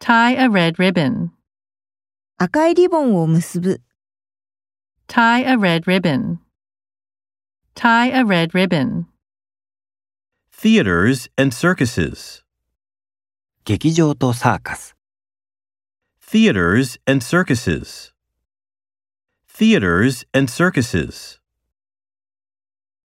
Tie a red ribbon. 赤いリボンを結ぶ。 Tie a red ribbon. Tie a red ribbon. Theaters and circuses. 劇場とサーカス、 Theaters and circuses. Theaters and circuses.